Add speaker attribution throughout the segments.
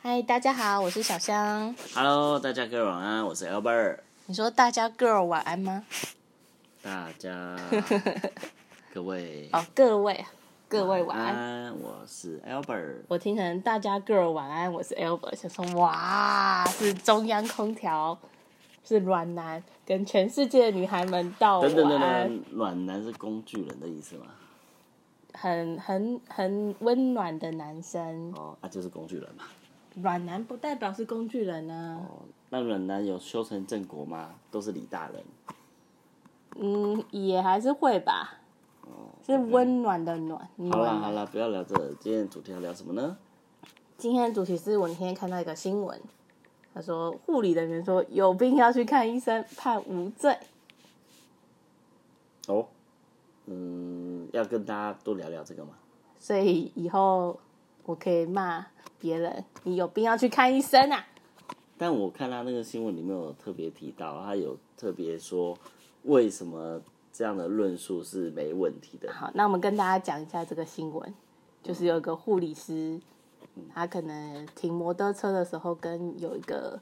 Speaker 1: 嗨，大家好，我是小香。
Speaker 2: Hello，大家各位晚安，我是 Albert。
Speaker 1: 你说大家 girl 晚安吗？
Speaker 2: 大 家各位
Speaker 1: 哦，各位，各位晚安。
Speaker 2: 安，我是 Albert。
Speaker 1: 我听成大家 girl 晚安，我是 Albert，想说哇，是中央空调，是暖男，跟全世界的女孩们道哦晚
Speaker 2: 等
Speaker 1: 安，
Speaker 2: 等等等，暖男是工具人的意思吗？
Speaker 1: 很很很温暖的男生。
Speaker 2: 哦，啊，就是工具人嘛。
Speaker 1: 暖男不代表是工具人啊，
Speaker 2: 哦，那暖男有修成正果吗？都是李大人。
Speaker 1: 嗯，也还是会吧，
Speaker 2: 哦，嗯
Speaker 1: 是温暖的暖。
Speaker 2: 好啦
Speaker 1: 暖
Speaker 2: 好啦，不要聊这个今天的主题要聊什么呢？
Speaker 1: 今天的主题是我那天看到一个新闻，他说护理人员说有病要去看医生，判无罪。
Speaker 2: 哦，嗯，要跟大家多聊聊这个嘛。
Speaker 1: 所以以后我可以骂别人，你有病要去看医生啊！
Speaker 2: 但我看他那个新闻里面有特别提到，他有特别说为什么这样的论述是没问题的。
Speaker 1: 好，那我们跟大家讲一下这个新闻，就是有一个护理师，嗯他可能停摩托车的时候跟有一个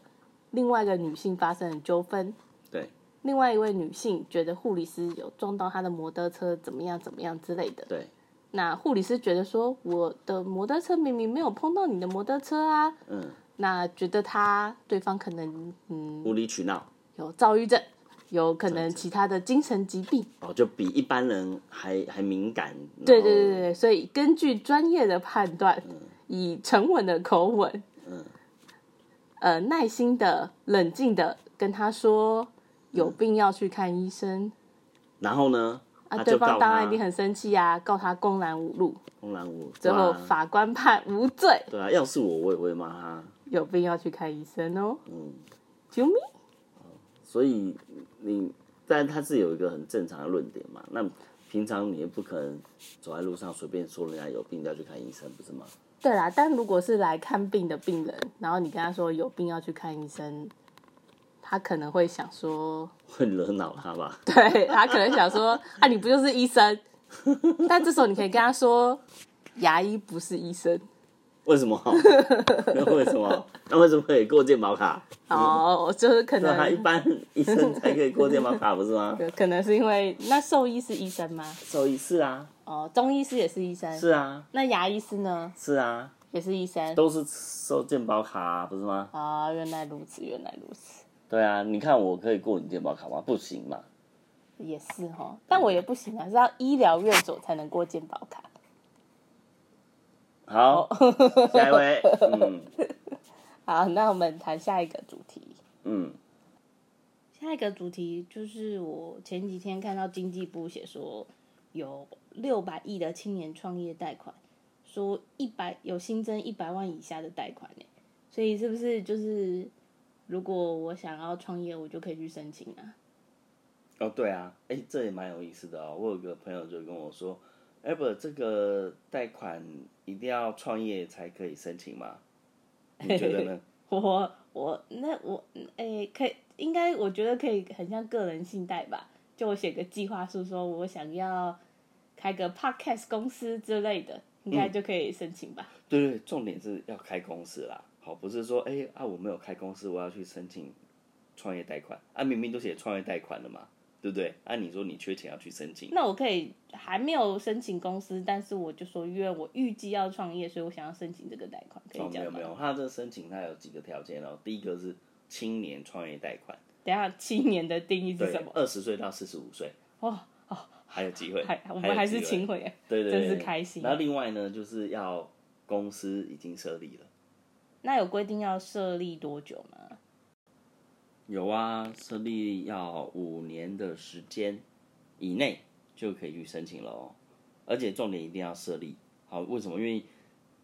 Speaker 1: 另外一个女性发生了纠纷，
Speaker 2: 对
Speaker 1: 另外一位女性觉得护理师有撞到她的摩托车，怎么样怎么样之类的。
Speaker 2: 对，
Speaker 1: 那护理师觉得说，我的摩托车明明没有碰到你的摩托车啊，
Speaker 2: 嗯，
Speaker 1: 那觉得他对方可能嗯
Speaker 2: 无理取闹
Speaker 1: 有躁郁症，有可能
Speaker 2: 躁郁症
Speaker 1: 其他的精神疾病。
Speaker 2: 哦，就比一般人还还敏感。
Speaker 1: 对
Speaker 2: 然后
Speaker 1: 对对对，对，所以根据专业的判断，以沉稳的口吻，
Speaker 2: 嗯，
Speaker 1: 呃，耐心的、冷静的跟他说，有病要去看医生。
Speaker 2: 然后呢？
Speaker 1: 啊，
Speaker 2: 他就
Speaker 1: 对
Speaker 2: 告
Speaker 1: 方当然
Speaker 2: 他
Speaker 1: 一定很生气啊，告他公然侮辱，
Speaker 2: 公然无，
Speaker 1: 最后
Speaker 2: 对啊
Speaker 1: 法官判无罪，
Speaker 2: 对啊，要是我我也会骂他。
Speaker 1: 有病要去看医生哦。
Speaker 2: 嗯，
Speaker 1: 救命！
Speaker 2: 所以你，但他是有一个很正常的论点嘛。那平常你也不可能走在路上随便说人家有病就要去看医生，不是吗？
Speaker 1: 对啦，但如果是来看病的病人，然后你跟他说有病要去看医生，他可能会想说，
Speaker 2: 会惹恼他吧？
Speaker 1: 对他可能想说啊，你不就是医生？但这时候你可以跟他说，牙医不是医生
Speaker 2: 为什么？ 那为什么？那为什么可以过健保卡？
Speaker 1: 哦，就是可
Speaker 2: 对啊，一
Speaker 1: 能
Speaker 2: 般医生才可以过健保卡，不是 吗？
Speaker 1: 可能是因为那兽医是医生吗？
Speaker 2: 手一次啊，
Speaker 1: 哦，中医师也是医生，
Speaker 2: 是啊，
Speaker 1: 那牙医师呢
Speaker 2: 是啊，
Speaker 1: 也是医生。
Speaker 2: 都是收健保卡、啊，不是吗？
Speaker 1: 啊、原来如此，原来如此，
Speaker 2: 对啊，你看我可以过你健保卡吗？不行嘛。
Speaker 1: 也是哈。但我也不行啊，是要医疗院所才能过健保卡。
Speaker 2: 好， 下一位，嗯
Speaker 1: 好，那我们谈下一个主题。
Speaker 2: 嗯，
Speaker 1: 下一个主题就是我前几天看到经济部写说有六百亿的青年创业贷款，说一百有新增一百万以下的贷款呢，所以是不是就是如果我想要创业，我就可以去申请啊？
Speaker 2: 哦对啊，哎、这也蛮有意思的哦。我有个朋友就跟我说，哎不，这个贷款一定要创业才可以申请吗？你觉得呢？
Speaker 1: 我我那我诶、可以应该我觉得可以很像个人信贷吧，就我写个计划书，说我想要开个 podcast 公司之类的，应该就可以申请吧。
Speaker 2: 对对，重点是要开公司啦。好，不是说哎、啊我没有开公司，我要去申请创业贷款啊，明明都写创业贷款了嘛，对不对？啊，你说你缺钱要去申请，
Speaker 1: 那我可以还没有申请公司，但是我就说，因为我预计要创业，所以我想要申请这个贷款，可以
Speaker 2: 哦没
Speaker 1: 讲
Speaker 2: 有
Speaker 1: 吗？
Speaker 2: 没有，他这申请他有几个条件哦，第一个是青年创业贷款，
Speaker 1: 等一下七年的定义是
Speaker 2: 对
Speaker 1: 什么？，
Speaker 2: 二十岁到四十五岁
Speaker 1: 哦哦，
Speaker 2: 还有机会，
Speaker 1: 还我们还
Speaker 2: 有机
Speaker 1: 是
Speaker 2: 会
Speaker 1: 秦桧，
Speaker 2: 对对
Speaker 1: 真
Speaker 2: 对，
Speaker 1: 是开心
Speaker 2: 然后另外呢，就是要公司已经设立了。
Speaker 1: 那有规定要设立多久吗？
Speaker 2: 有啊，设立要五年的时间以内就可以去申请了哦，而且重点一定要设立。好，为什么？因为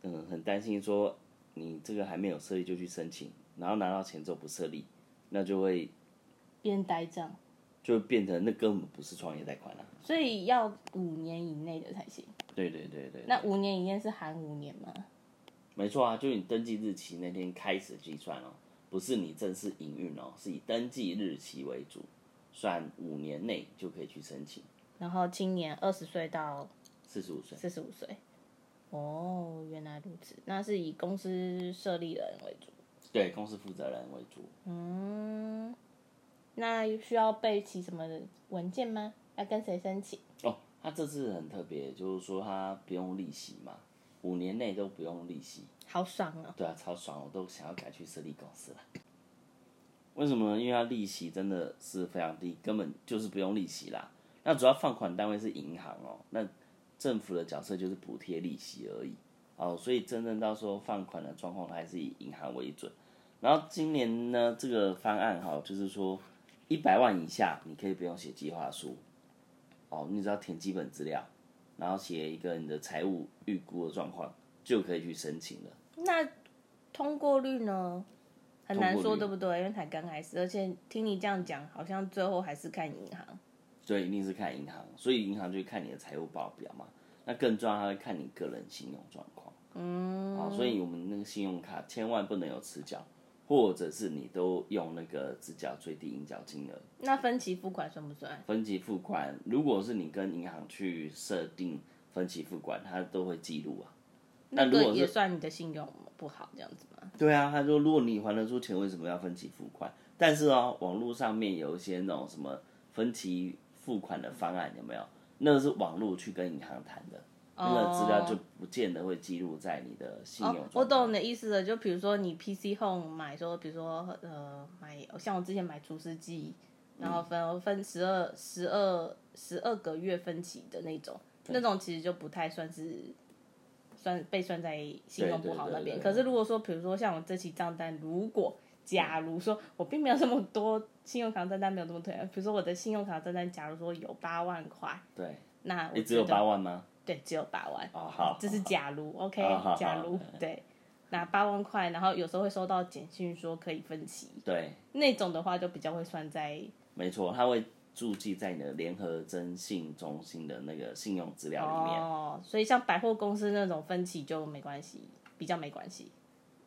Speaker 2: 嗯，很担心说你这个还没有设立就去申请，然后拿到钱之后不设立，那就会
Speaker 1: 变呆账，
Speaker 2: 就变成那根本不是创业贷款了、啊
Speaker 1: 所以要五年以内的才行。
Speaker 2: 对对对对，
Speaker 1: 那五年以内是含五年吗？
Speaker 2: 没错啊，就是你登记日期那天开始计算哦，不是你正式营运哦，是以登记日期为主，算五年内就可以去申请，
Speaker 1: 然后青年二十岁到
Speaker 2: 四十五岁。
Speaker 1: 四十五岁，哦，原来如此，那是以公司设立人为主。
Speaker 2: 对公司负责人为主。
Speaker 1: 嗯，那需要备齐什么文件吗？要跟谁申请？
Speaker 2: 哦，他这次很特别，就是说他不用利息嘛，五年内都不用利息。
Speaker 1: 好爽哦！
Speaker 2: 对啊，超爽，我都想要改去设立公司了。为什么呢？因为它利息真的是非常低，根本就是不用利息啦。那主要放款单位是银行哦，那政府的角色就是补贴利息而已哦，所以真正到时候放款的状况，它还是以银行为准。然后今年呢，这个方案哈、就是说一百万以下，你可以不用写计划书哦，你只要填基本资料，然后写一个你的财务预估的状况，就可以去申请了。
Speaker 1: 那通过率呢？很难
Speaker 2: 通过
Speaker 1: 说，
Speaker 2: 率
Speaker 1: 对不对？因为才刚开始，而且听你这样讲，好像最后还是看银行。
Speaker 2: 对，一定是看银行，所以银行就看你的财务报表嘛。那更重要，他会看你个人信用状况。嗯，好，所以我们那个信用卡千万不能有迟缴，或者是你都用那个只缴最低应缴金额，
Speaker 1: 那分期付款算不算？
Speaker 2: 分期付款。如果是你跟银行去设定分期付款，它都会记录啊。那
Speaker 1: 那
Speaker 2: 如
Speaker 1: 个
Speaker 2: 果
Speaker 1: 也
Speaker 2: 是
Speaker 1: 算你的信用不好这样子吗？
Speaker 2: 对啊，他说如果你还得出钱，为什么要分期付款？但是哦，网络上面有一些那种什么分期付款的方案，有没有？那个是网络去跟银行谈的，那个资料就不见得会记录在你的信用、
Speaker 1: 哦我懂你。的意思了，就比如说你 PC Home 买说，比如说呃买，像我之前买厨师机，然后分、分十二十二十二个月分期的那种，那种其实就不太算是算被算在信用不好那边。
Speaker 2: 对对对对
Speaker 1: 可是如果说比如说像我这期账单，如果假如说我并没有这么多信用卡账单没有这么多，比如说我的信用卡账单假如说有八万块，
Speaker 2: 对，
Speaker 1: 那我
Speaker 2: 你只有
Speaker 1: 觉得
Speaker 2: 八万吗？
Speaker 1: 对，只有八万。
Speaker 2: 哦，好，
Speaker 1: 这是假如，OK，
Speaker 2: 好好
Speaker 1: 假如
Speaker 2: 好
Speaker 1: 对，拿八万块，然后有时候会收到简讯说可以分期，
Speaker 2: 对，
Speaker 1: 那种的话就比较会算在
Speaker 2: 没错，它会注记在你的联合征信中心的那个信用资料里面。
Speaker 1: 哦，所以像百货公司那种分期就没关系，比较没关系，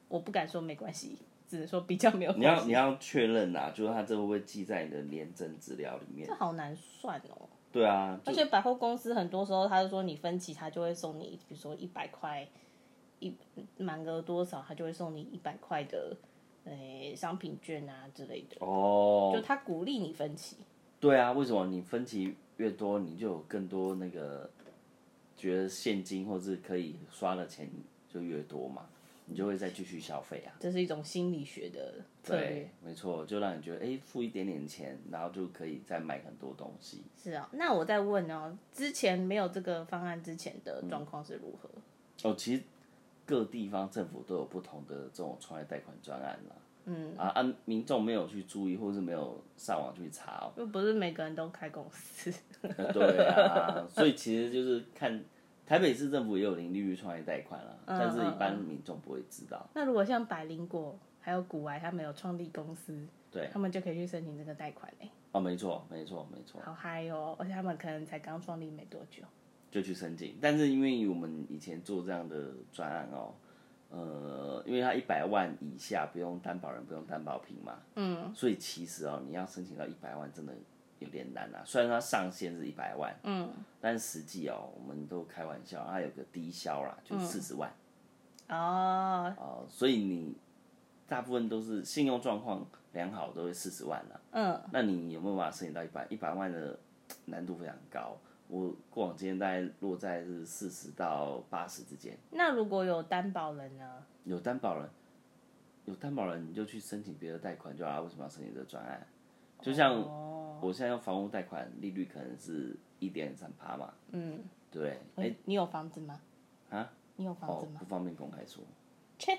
Speaker 1: 我不敢说没关系，只能说比较没有
Speaker 2: 你要
Speaker 1: 关
Speaker 2: 你
Speaker 1: 系。
Speaker 2: 要确认啊，就是它这会不会记在你的廉征资料里面
Speaker 1: 这？好难算哦，
Speaker 2: 对啊，就
Speaker 1: 而且百货公司很多时候他就说你分期，他就会送你，比如说一百块，一满额多少，他就会送你一百块的，诶、商品券啊之类的，
Speaker 2: 哦，
Speaker 1: 就他鼓励你分期。
Speaker 2: 对啊，为什么你分歧越多，你就有更多那个觉得现金或是可以刷的钱就越多嘛，你就会再继续消费啊。
Speaker 1: 这是一种心理学的策略。
Speaker 2: 对，没错，就让你觉得哎、诶付一点点钱，然后就可以再买很多东西。
Speaker 1: 是啊、那我再问哦，之前没有这个方案之前的状况是如何？
Speaker 2: 哦，其实各地方政府都有不同的这种创业贷款专案啦。嗯啊啊，民众没有去注意，或是没有上网去查哦。
Speaker 1: 又不是每个人都开公司，
Speaker 2: 呃 对啊，所以其实就是看台北市政府也有零利率创业贷款啦，但是一般民众不会知道。
Speaker 1: 那如果像百灵果还有古癌，他们有创立公司，
Speaker 2: 对，
Speaker 1: 他们就可以去申请这个贷款嘞，
Speaker 2: 哦，没错，没错，没错，
Speaker 1: 好嗨哦！而且他们可能才刚创立没多久，
Speaker 2: 就去申请。但是因为我们以前做这样的专案哦，呃，因为它一百万以下不用担保人，不用担保品嘛，嗯，所以其实哦，你要申请到一百万真的有点难啊。虽然它上限是一百万，嗯，但实际哦，我们都开玩笑，它有个低消啦，就四十万。
Speaker 1: 哦，
Speaker 2: 哦，所以你大部分都是信用状况良好，都会四十万啦、
Speaker 1: 嗯，
Speaker 2: 那你有没有办法申请到一百？一百万的难度非常高。我过往经验大概落在是四十到八十之间。
Speaker 1: 那如果有担保人呢？
Speaker 2: 有担保人，有担保人你就去申请别的贷款就好了。为什么要申请这个专案？就像
Speaker 1: 哦，
Speaker 2: 我现在用房屋贷款，利率可能是一点三趴嘛。
Speaker 1: 嗯，
Speaker 2: 对，哎、
Speaker 1: 哎，你有房子吗？
Speaker 2: 啊，
Speaker 1: 你有房
Speaker 2: 哦
Speaker 1: 子，吗
Speaker 2: 不？方便公开说。
Speaker 1: 切，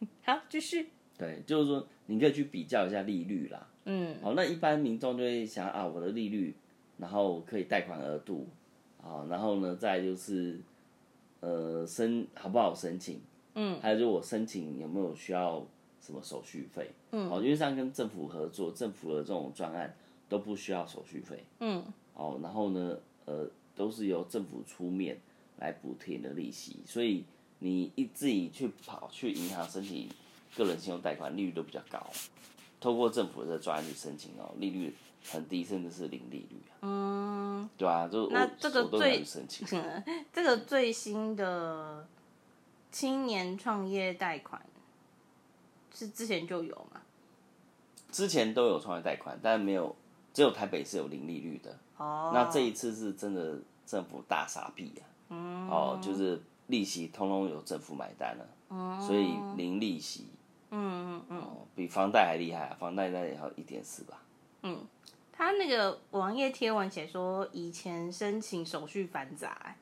Speaker 2: 哦
Speaker 1: 好，继续。
Speaker 2: 对，就是说你可以去比较一下利率啦。
Speaker 1: 嗯，
Speaker 2: 好，那一般民众就会想啊，我的利率，然后可以贷款额度，好，然后呢，再来就是，呃，申好不好申请，嗯，还有就是我申请有没有需要什么手续费，嗯，好，因为像跟政府合作，政府的这种专案都不需要手续费，嗯，好，然后呢，呃，都是由政府出面来补贴你的利息，所以你一自己去跑去银行申请个人信用贷款，利率都比较高。透过政府的专案去申请哦，利率很低，甚至是零利率啊、
Speaker 1: 嗯，
Speaker 2: 对啊，就我
Speaker 1: 那这个
Speaker 2: 我都
Speaker 1: 最
Speaker 2: 敢去申请，
Speaker 1: 这个最新的青年创业贷款是之前就有嘛？
Speaker 2: 之前都有创业贷款，但没有，只有台北是有零利率的。
Speaker 1: 哦，
Speaker 2: 那这一次是真的政府大傻逼啊！
Speaker 1: 嗯
Speaker 2: 哦，就是利息通通由政府买单了，所以零利息
Speaker 1: 嗯嗯嗯嗯，
Speaker 2: 哦，比房贷还厉害啊！房贷那也要一点四吧？
Speaker 1: 他那个网页贴文写说，以前申请手续繁杂、欸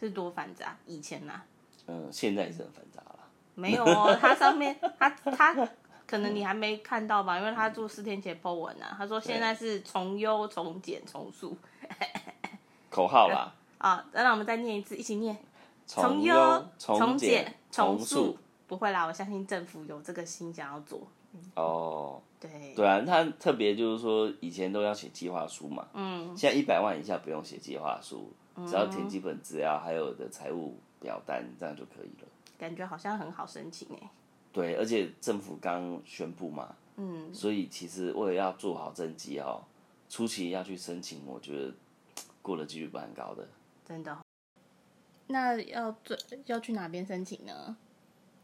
Speaker 1: 是多繁杂？以前呐、啊
Speaker 2: 嗯，现在也是很繁杂啦。
Speaker 1: 没有哦，他上面他他可能你还没看到吧，因为他做四天前 po 文啊，他说现在是重优、重简、重塑
Speaker 2: 口号啦，
Speaker 1: 啊，那让我们再念一次，一起念
Speaker 2: 重
Speaker 1: 优、
Speaker 2: 重
Speaker 1: 简、重
Speaker 2: 重
Speaker 1: 塑。不会啦，我相信政府有这个心想要做。
Speaker 2: 哦，
Speaker 1: 对，
Speaker 2: 对啊，他特别就是说，以前都要写计划书嘛，
Speaker 1: 嗯
Speaker 2: 现在一百万以下不用写计划书，只要填基本资料还有的财务表单，这样就可以了。
Speaker 1: 感觉好像很好申请哎、
Speaker 2: 对，而且政府刚宣布嘛，
Speaker 1: 嗯，
Speaker 2: 所以其实为了要做好政绩哦，初期要去申请，我觉得过的几率蛮高的。
Speaker 1: 真的哦。那要最要去哪边申请呢？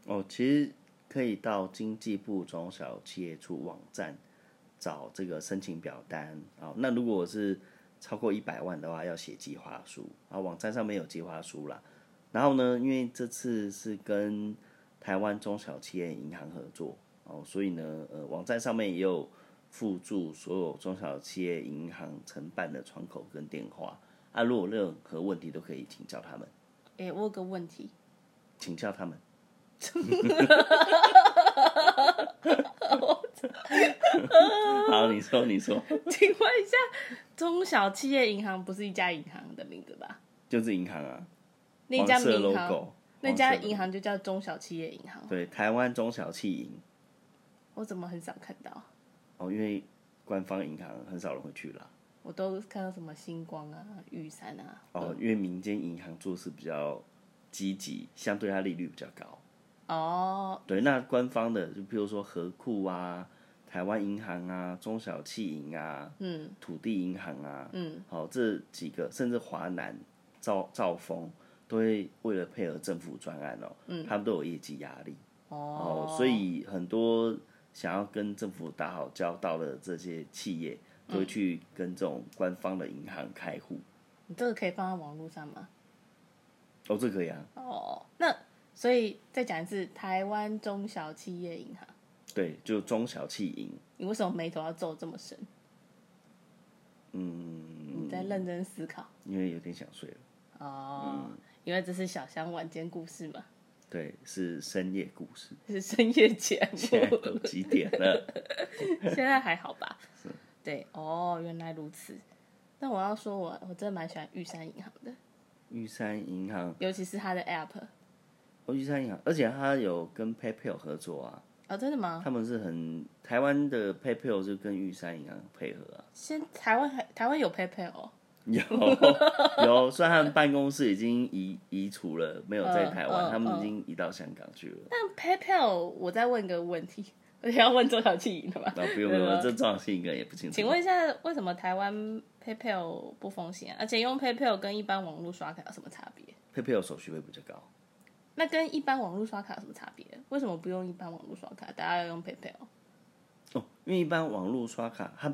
Speaker 2: 哦，其实可以到经济部中小企业处网站找这个申请表单哦。那如果是超过一百万的话，要写计划书啊，网站上面有计划书啦。然后呢，因为这次是跟台湾中小企业银行合作哦，所以呢，呃，网站上面也有附注所有中小企业银行承办的窗口跟电话啊。如果有任何问题都可以请教他们，
Speaker 1: 哎、我有个问题，
Speaker 2: 请教他们。好，你说，你说，
Speaker 1: 请问一下，中小企业银行不是一家银行的名字吧？
Speaker 2: 就是银行啊，
Speaker 1: 那
Speaker 2: 黄
Speaker 1: 家
Speaker 2: 色
Speaker 1: 民行
Speaker 2: logo，
Speaker 1: 那家
Speaker 2: 黄色
Speaker 1: 银行就叫中小企业银行，
Speaker 2: 对台湾中小企银
Speaker 1: 我怎么很少看到？
Speaker 2: 哦，因为官方银行很少人会去啦。
Speaker 1: 我都看到什么星光啊、玉山啊。
Speaker 2: 哦，因为民间银行做事比较积极，相对它利率比较高。
Speaker 1: 哦，
Speaker 2: 对，那官方的就比如说和库啊、台湾银行啊、中小企银啊、
Speaker 1: 嗯
Speaker 2: 土地银行啊，
Speaker 1: 嗯，
Speaker 2: 好、这几个甚至华南、兆兆丰都会为了配合政府专案哦，嗯，他们都有业绩压力
Speaker 1: 哦，
Speaker 2: 所以很多想要跟政府打好交道的这些企业，都会去跟这种官方的银行开户。
Speaker 1: 你这个可以放在网络上吗？
Speaker 2: 哦，这可以啊，
Speaker 1: 哦，那所以再讲一次，台湾中小企业银行，
Speaker 2: 对，就中小企银，
Speaker 1: 你为什么眉头要皱这么深？
Speaker 2: 嗯
Speaker 1: 你，在认真思考
Speaker 2: 因为有点想睡了。
Speaker 1: 哦，因为这是小香晚间故事嘛，
Speaker 2: 对，是深夜故事，
Speaker 1: 是深夜节
Speaker 2: 现在
Speaker 1: 目，
Speaker 2: 都几点了？
Speaker 1: 现在还好吧？对，哦，原来如此。但我要说我，我真的蛮喜欢玉山银行的，
Speaker 2: 玉山银行，
Speaker 1: 尤其是它的 App。
Speaker 2: 哦，玉山银行，而且它有跟 PayPal 合作啊。
Speaker 1: 哦，真的吗？
Speaker 2: 他们是很台湾的 PayPal 就跟玉山银行配合啊，
Speaker 1: 先台湾还台湾有 PayPal 哦，
Speaker 2: 有 有，虽然他们办公室已经移移除了，没有在台
Speaker 1: 嗯
Speaker 2: 湾，
Speaker 1: 嗯
Speaker 2: 他们已经移到香港去了。
Speaker 1: 但 PayPal 我再问个问题，而且要问周小庆的吧？
Speaker 2: 啊，不用不
Speaker 1: 对
Speaker 2: 用，
Speaker 1: 吧
Speaker 2: 这状况一个人也不清楚。
Speaker 1: 请问一下，为什么台湾 PayPal 不风险、啊？而且用 PayPal 跟一般网络刷卡有什么差别？
Speaker 2: PayPal 手续费比较高？
Speaker 1: 那跟一般网络刷卡有什么差别？为什么不用一般网络刷卡，大家要用 PayPal？
Speaker 2: 哦，因为一般网络刷卡，它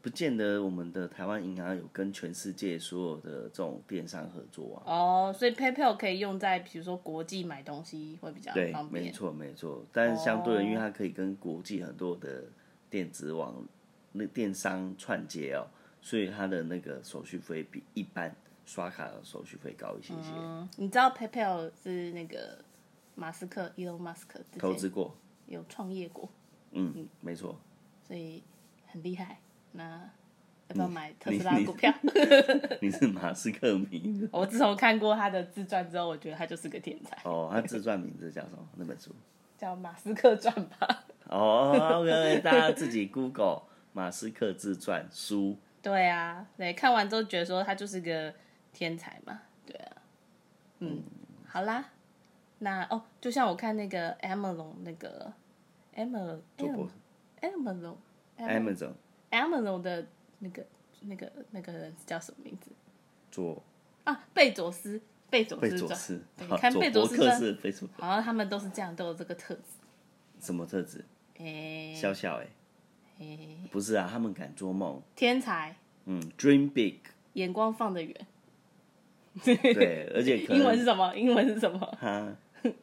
Speaker 2: 不见得我们的台湾银行有跟全世界所有的这种电商合作啊。
Speaker 1: 哦，所以 PayPal 可以用在比如说国际买东西会比较
Speaker 2: 对，
Speaker 1: 方
Speaker 2: 没
Speaker 1: 便。
Speaker 2: 错没错，但是相对
Speaker 1: 哦
Speaker 2: 的，因为它可以跟国际很多的电子网那电商串接哦，所以它的那个手续费比一般刷卡的手续费高一些些。
Speaker 1: 嗯，你知道 PayPal 是那个马斯克 Elon Musk 之前
Speaker 2: 投资过，
Speaker 1: 有创业过，
Speaker 2: 嗯，没错。
Speaker 1: 所以很厉害。那要不要买特斯拉
Speaker 2: 嗯你
Speaker 1: 股票？
Speaker 2: 你是马斯克迷
Speaker 1: 我自从看过他的自传之后，我觉得他就是个天才，
Speaker 2: 哦，他自传名字叫什么？那本书？
Speaker 1: 叫《马斯克传》吧。
Speaker 2: 哦，OK，大家自己 Google 马斯克自传书。
Speaker 1: 对啊，对，看完之后觉得说他就是个天才嘛，对啊，嗯，好啦，那哦，就像我看那个 Amazon 那个 Amazon
Speaker 2: 做博
Speaker 1: 哎 Amazon
Speaker 2: Amazon
Speaker 1: Amazon 的那个那个那个人叫什么名字
Speaker 2: 做
Speaker 1: 啊？贝佐斯，贝佐
Speaker 2: 贝
Speaker 1: 斯
Speaker 2: 佐
Speaker 1: 传
Speaker 2: 斯，
Speaker 1: 对
Speaker 2: 好
Speaker 1: 看
Speaker 2: 佐
Speaker 1: 贝佐斯
Speaker 2: 伯克
Speaker 1: 传
Speaker 2: 是贝佐
Speaker 1: 好像他们都是这样，都有这个特质。
Speaker 2: 什么特质？
Speaker 1: 诶、
Speaker 2: 小小哎、
Speaker 1: 诶、
Speaker 2: 不是啊，他们敢做梦，
Speaker 1: 天才，
Speaker 2: 嗯 ，dream big，
Speaker 1: 眼光放得远。
Speaker 2: 对，而且 可
Speaker 1: 英文是什
Speaker 2: 能
Speaker 1: 么？英文是什么？
Speaker 2: 哈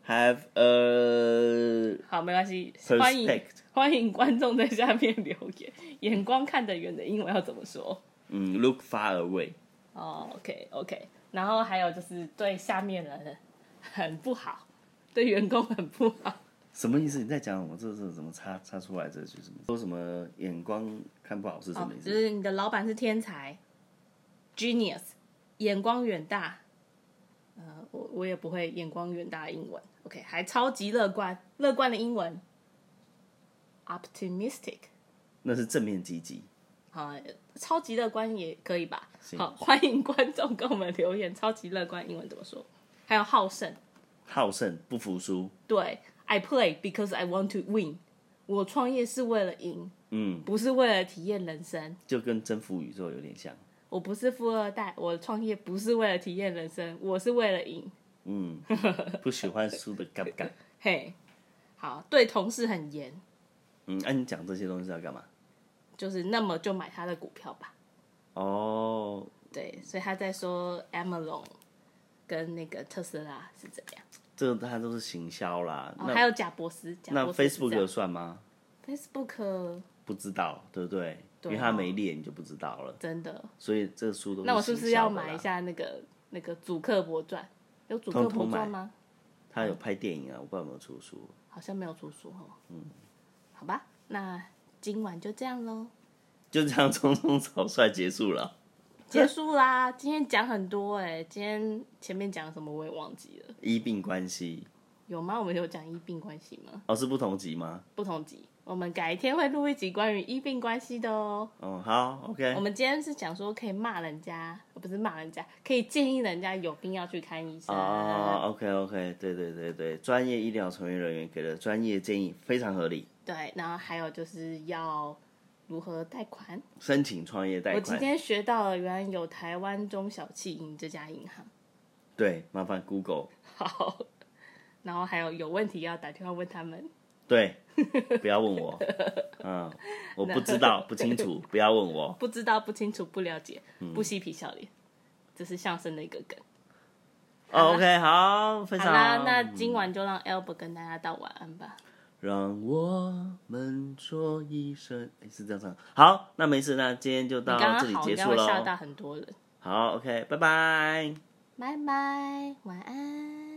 Speaker 2: have a
Speaker 1: 好，没关系，欢迎
Speaker 2: perspect，
Speaker 1: 欢迎观众在下面留言。眼光看得远的英文要怎么说？
Speaker 2: 嗯，look far away，
Speaker 1: 哦，OK，OK、o k OK，然后还有就是对下面人很不好，对员工很不好。
Speaker 2: 什么意思？你在讲我这是怎么插插出来这句什么？说什么眼光看不好是什
Speaker 1: 哦
Speaker 2: 么意，思？
Speaker 1: 就是你的老板是天才，genius，眼光远大。呃，我我也不会眼光远大的英文，OK，还超级乐观，乐观的英文，optimistic，
Speaker 2: 那是正面积极，
Speaker 1: 啊、超级乐观也可以吧？
Speaker 2: 行
Speaker 1: 好，欢迎观众跟我们留言，超级乐观英文怎么说？还有好胜，
Speaker 2: 好胜不服输，
Speaker 1: 对，I play because I want to win，我创业是为了赢，
Speaker 2: 嗯，
Speaker 1: 不是为了体验人生。
Speaker 2: 就跟征服宇宙有 点像，
Speaker 1: 我不是富二代，我创业不是为了体验人生，我是为了赢。
Speaker 2: 嗯，不喜欢输的嘎不嘎？
Speaker 1: 嘿、好，对同事很严，
Speaker 2: 嗯，那、你讲这些东西是要干嘛？
Speaker 1: 就是那么就买他的股票吧。
Speaker 2: 哦，
Speaker 1: 对，所以他在说 Amazon 跟那个特斯拉是怎样，
Speaker 2: 这个它都是行销啦。
Speaker 1: 哦、
Speaker 2: 那
Speaker 1: 还有贾博士，贾
Speaker 2: 那
Speaker 1: 博士是
Speaker 2: Facebook
Speaker 1: 这样
Speaker 2: 有算吗？
Speaker 1: Facebook
Speaker 2: 不知道，对不对？
Speaker 1: 对啊
Speaker 2: 因为它没列，你就不知道了。
Speaker 1: 真的，
Speaker 2: 所以这书都
Speaker 1: 那我是不是
Speaker 2: 行销
Speaker 1: 要
Speaker 2: 的啦
Speaker 1: 买一？下那个那个主克伯传？有主克伯
Speaker 2: 通通买
Speaker 1: 传吗？
Speaker 2: 他有拍电影啊，我不知道有没有出书。
Speaker 1: 好像没有出书哦。嗯，好吧，那今晚就这样喽。
Speaker 2: 就这样，匆匆草率结束了。
Speaker 1: 结束啦！今天讲很多哎、今天前面讲什么我也忘记了，
Speaker 2: 医病关系
Speaker 1: 有吗？我们有讲医病关系吗？
Speaker 2: 哦，是不同级吗？
Speaker 1: 不同集，我们改天会录一集关于医病关系的哦、
Speaker 2: 哦，好
Speaker 1: 我
Speaker 2: ，OK，
Speaker 1: 们今天是讲说可以骂人家，呃不是骂人家，可以建议人家有病要去看医生。
Speaker 2: 哦，OK，OK，对对对对，专业医疗从业人员给的专业建议非常合理。
Speaker 1: 对，然后还有就是要如何贷款。
Speaker 2: 申请创业贷
Speaker 1: 我今
Speaker 2: 款，
Speaker 1: 天学到了，原来有台湾中小企银这家银行。
Speaker 2: 对，麻烦 Google，
Speaker 1: 好，然后还有有问题要打电话问他们。
Speaker 2: 对， 不要问我，嗯，我不知道，不 清楚，不要问我。
Speaker 1: 不知道、不清楚、不了解、
Speaker 2: 嗯
Speaker 1: 不嬉皮笑脸，这是相声的一个梗。
Speaker 2: 哦 OK，好，非
Speaker 1: 好
Speaker 2: 常嗯
Speaker 1: 啦，那今晚就让 Albert 跟大家道晚安吧。
Speaker 2: 让我们说一声，诶是这样唱。好，那没事，那今天就到
Speaker 1: 你刚
Speaker 2: 这
Speaker 1: 刚
Speaker 2: 里
Speaker 1: 好，
Speaker 2: 结
Speaker 1: 应该
Speaker 2: 束
Speaker 1: 会吓
Speaker 2: 喽。
Speaker 1: 到很多人。
Speaker 2: 好，OK，拜拜。
Speaker 1: 拜拜，晚安。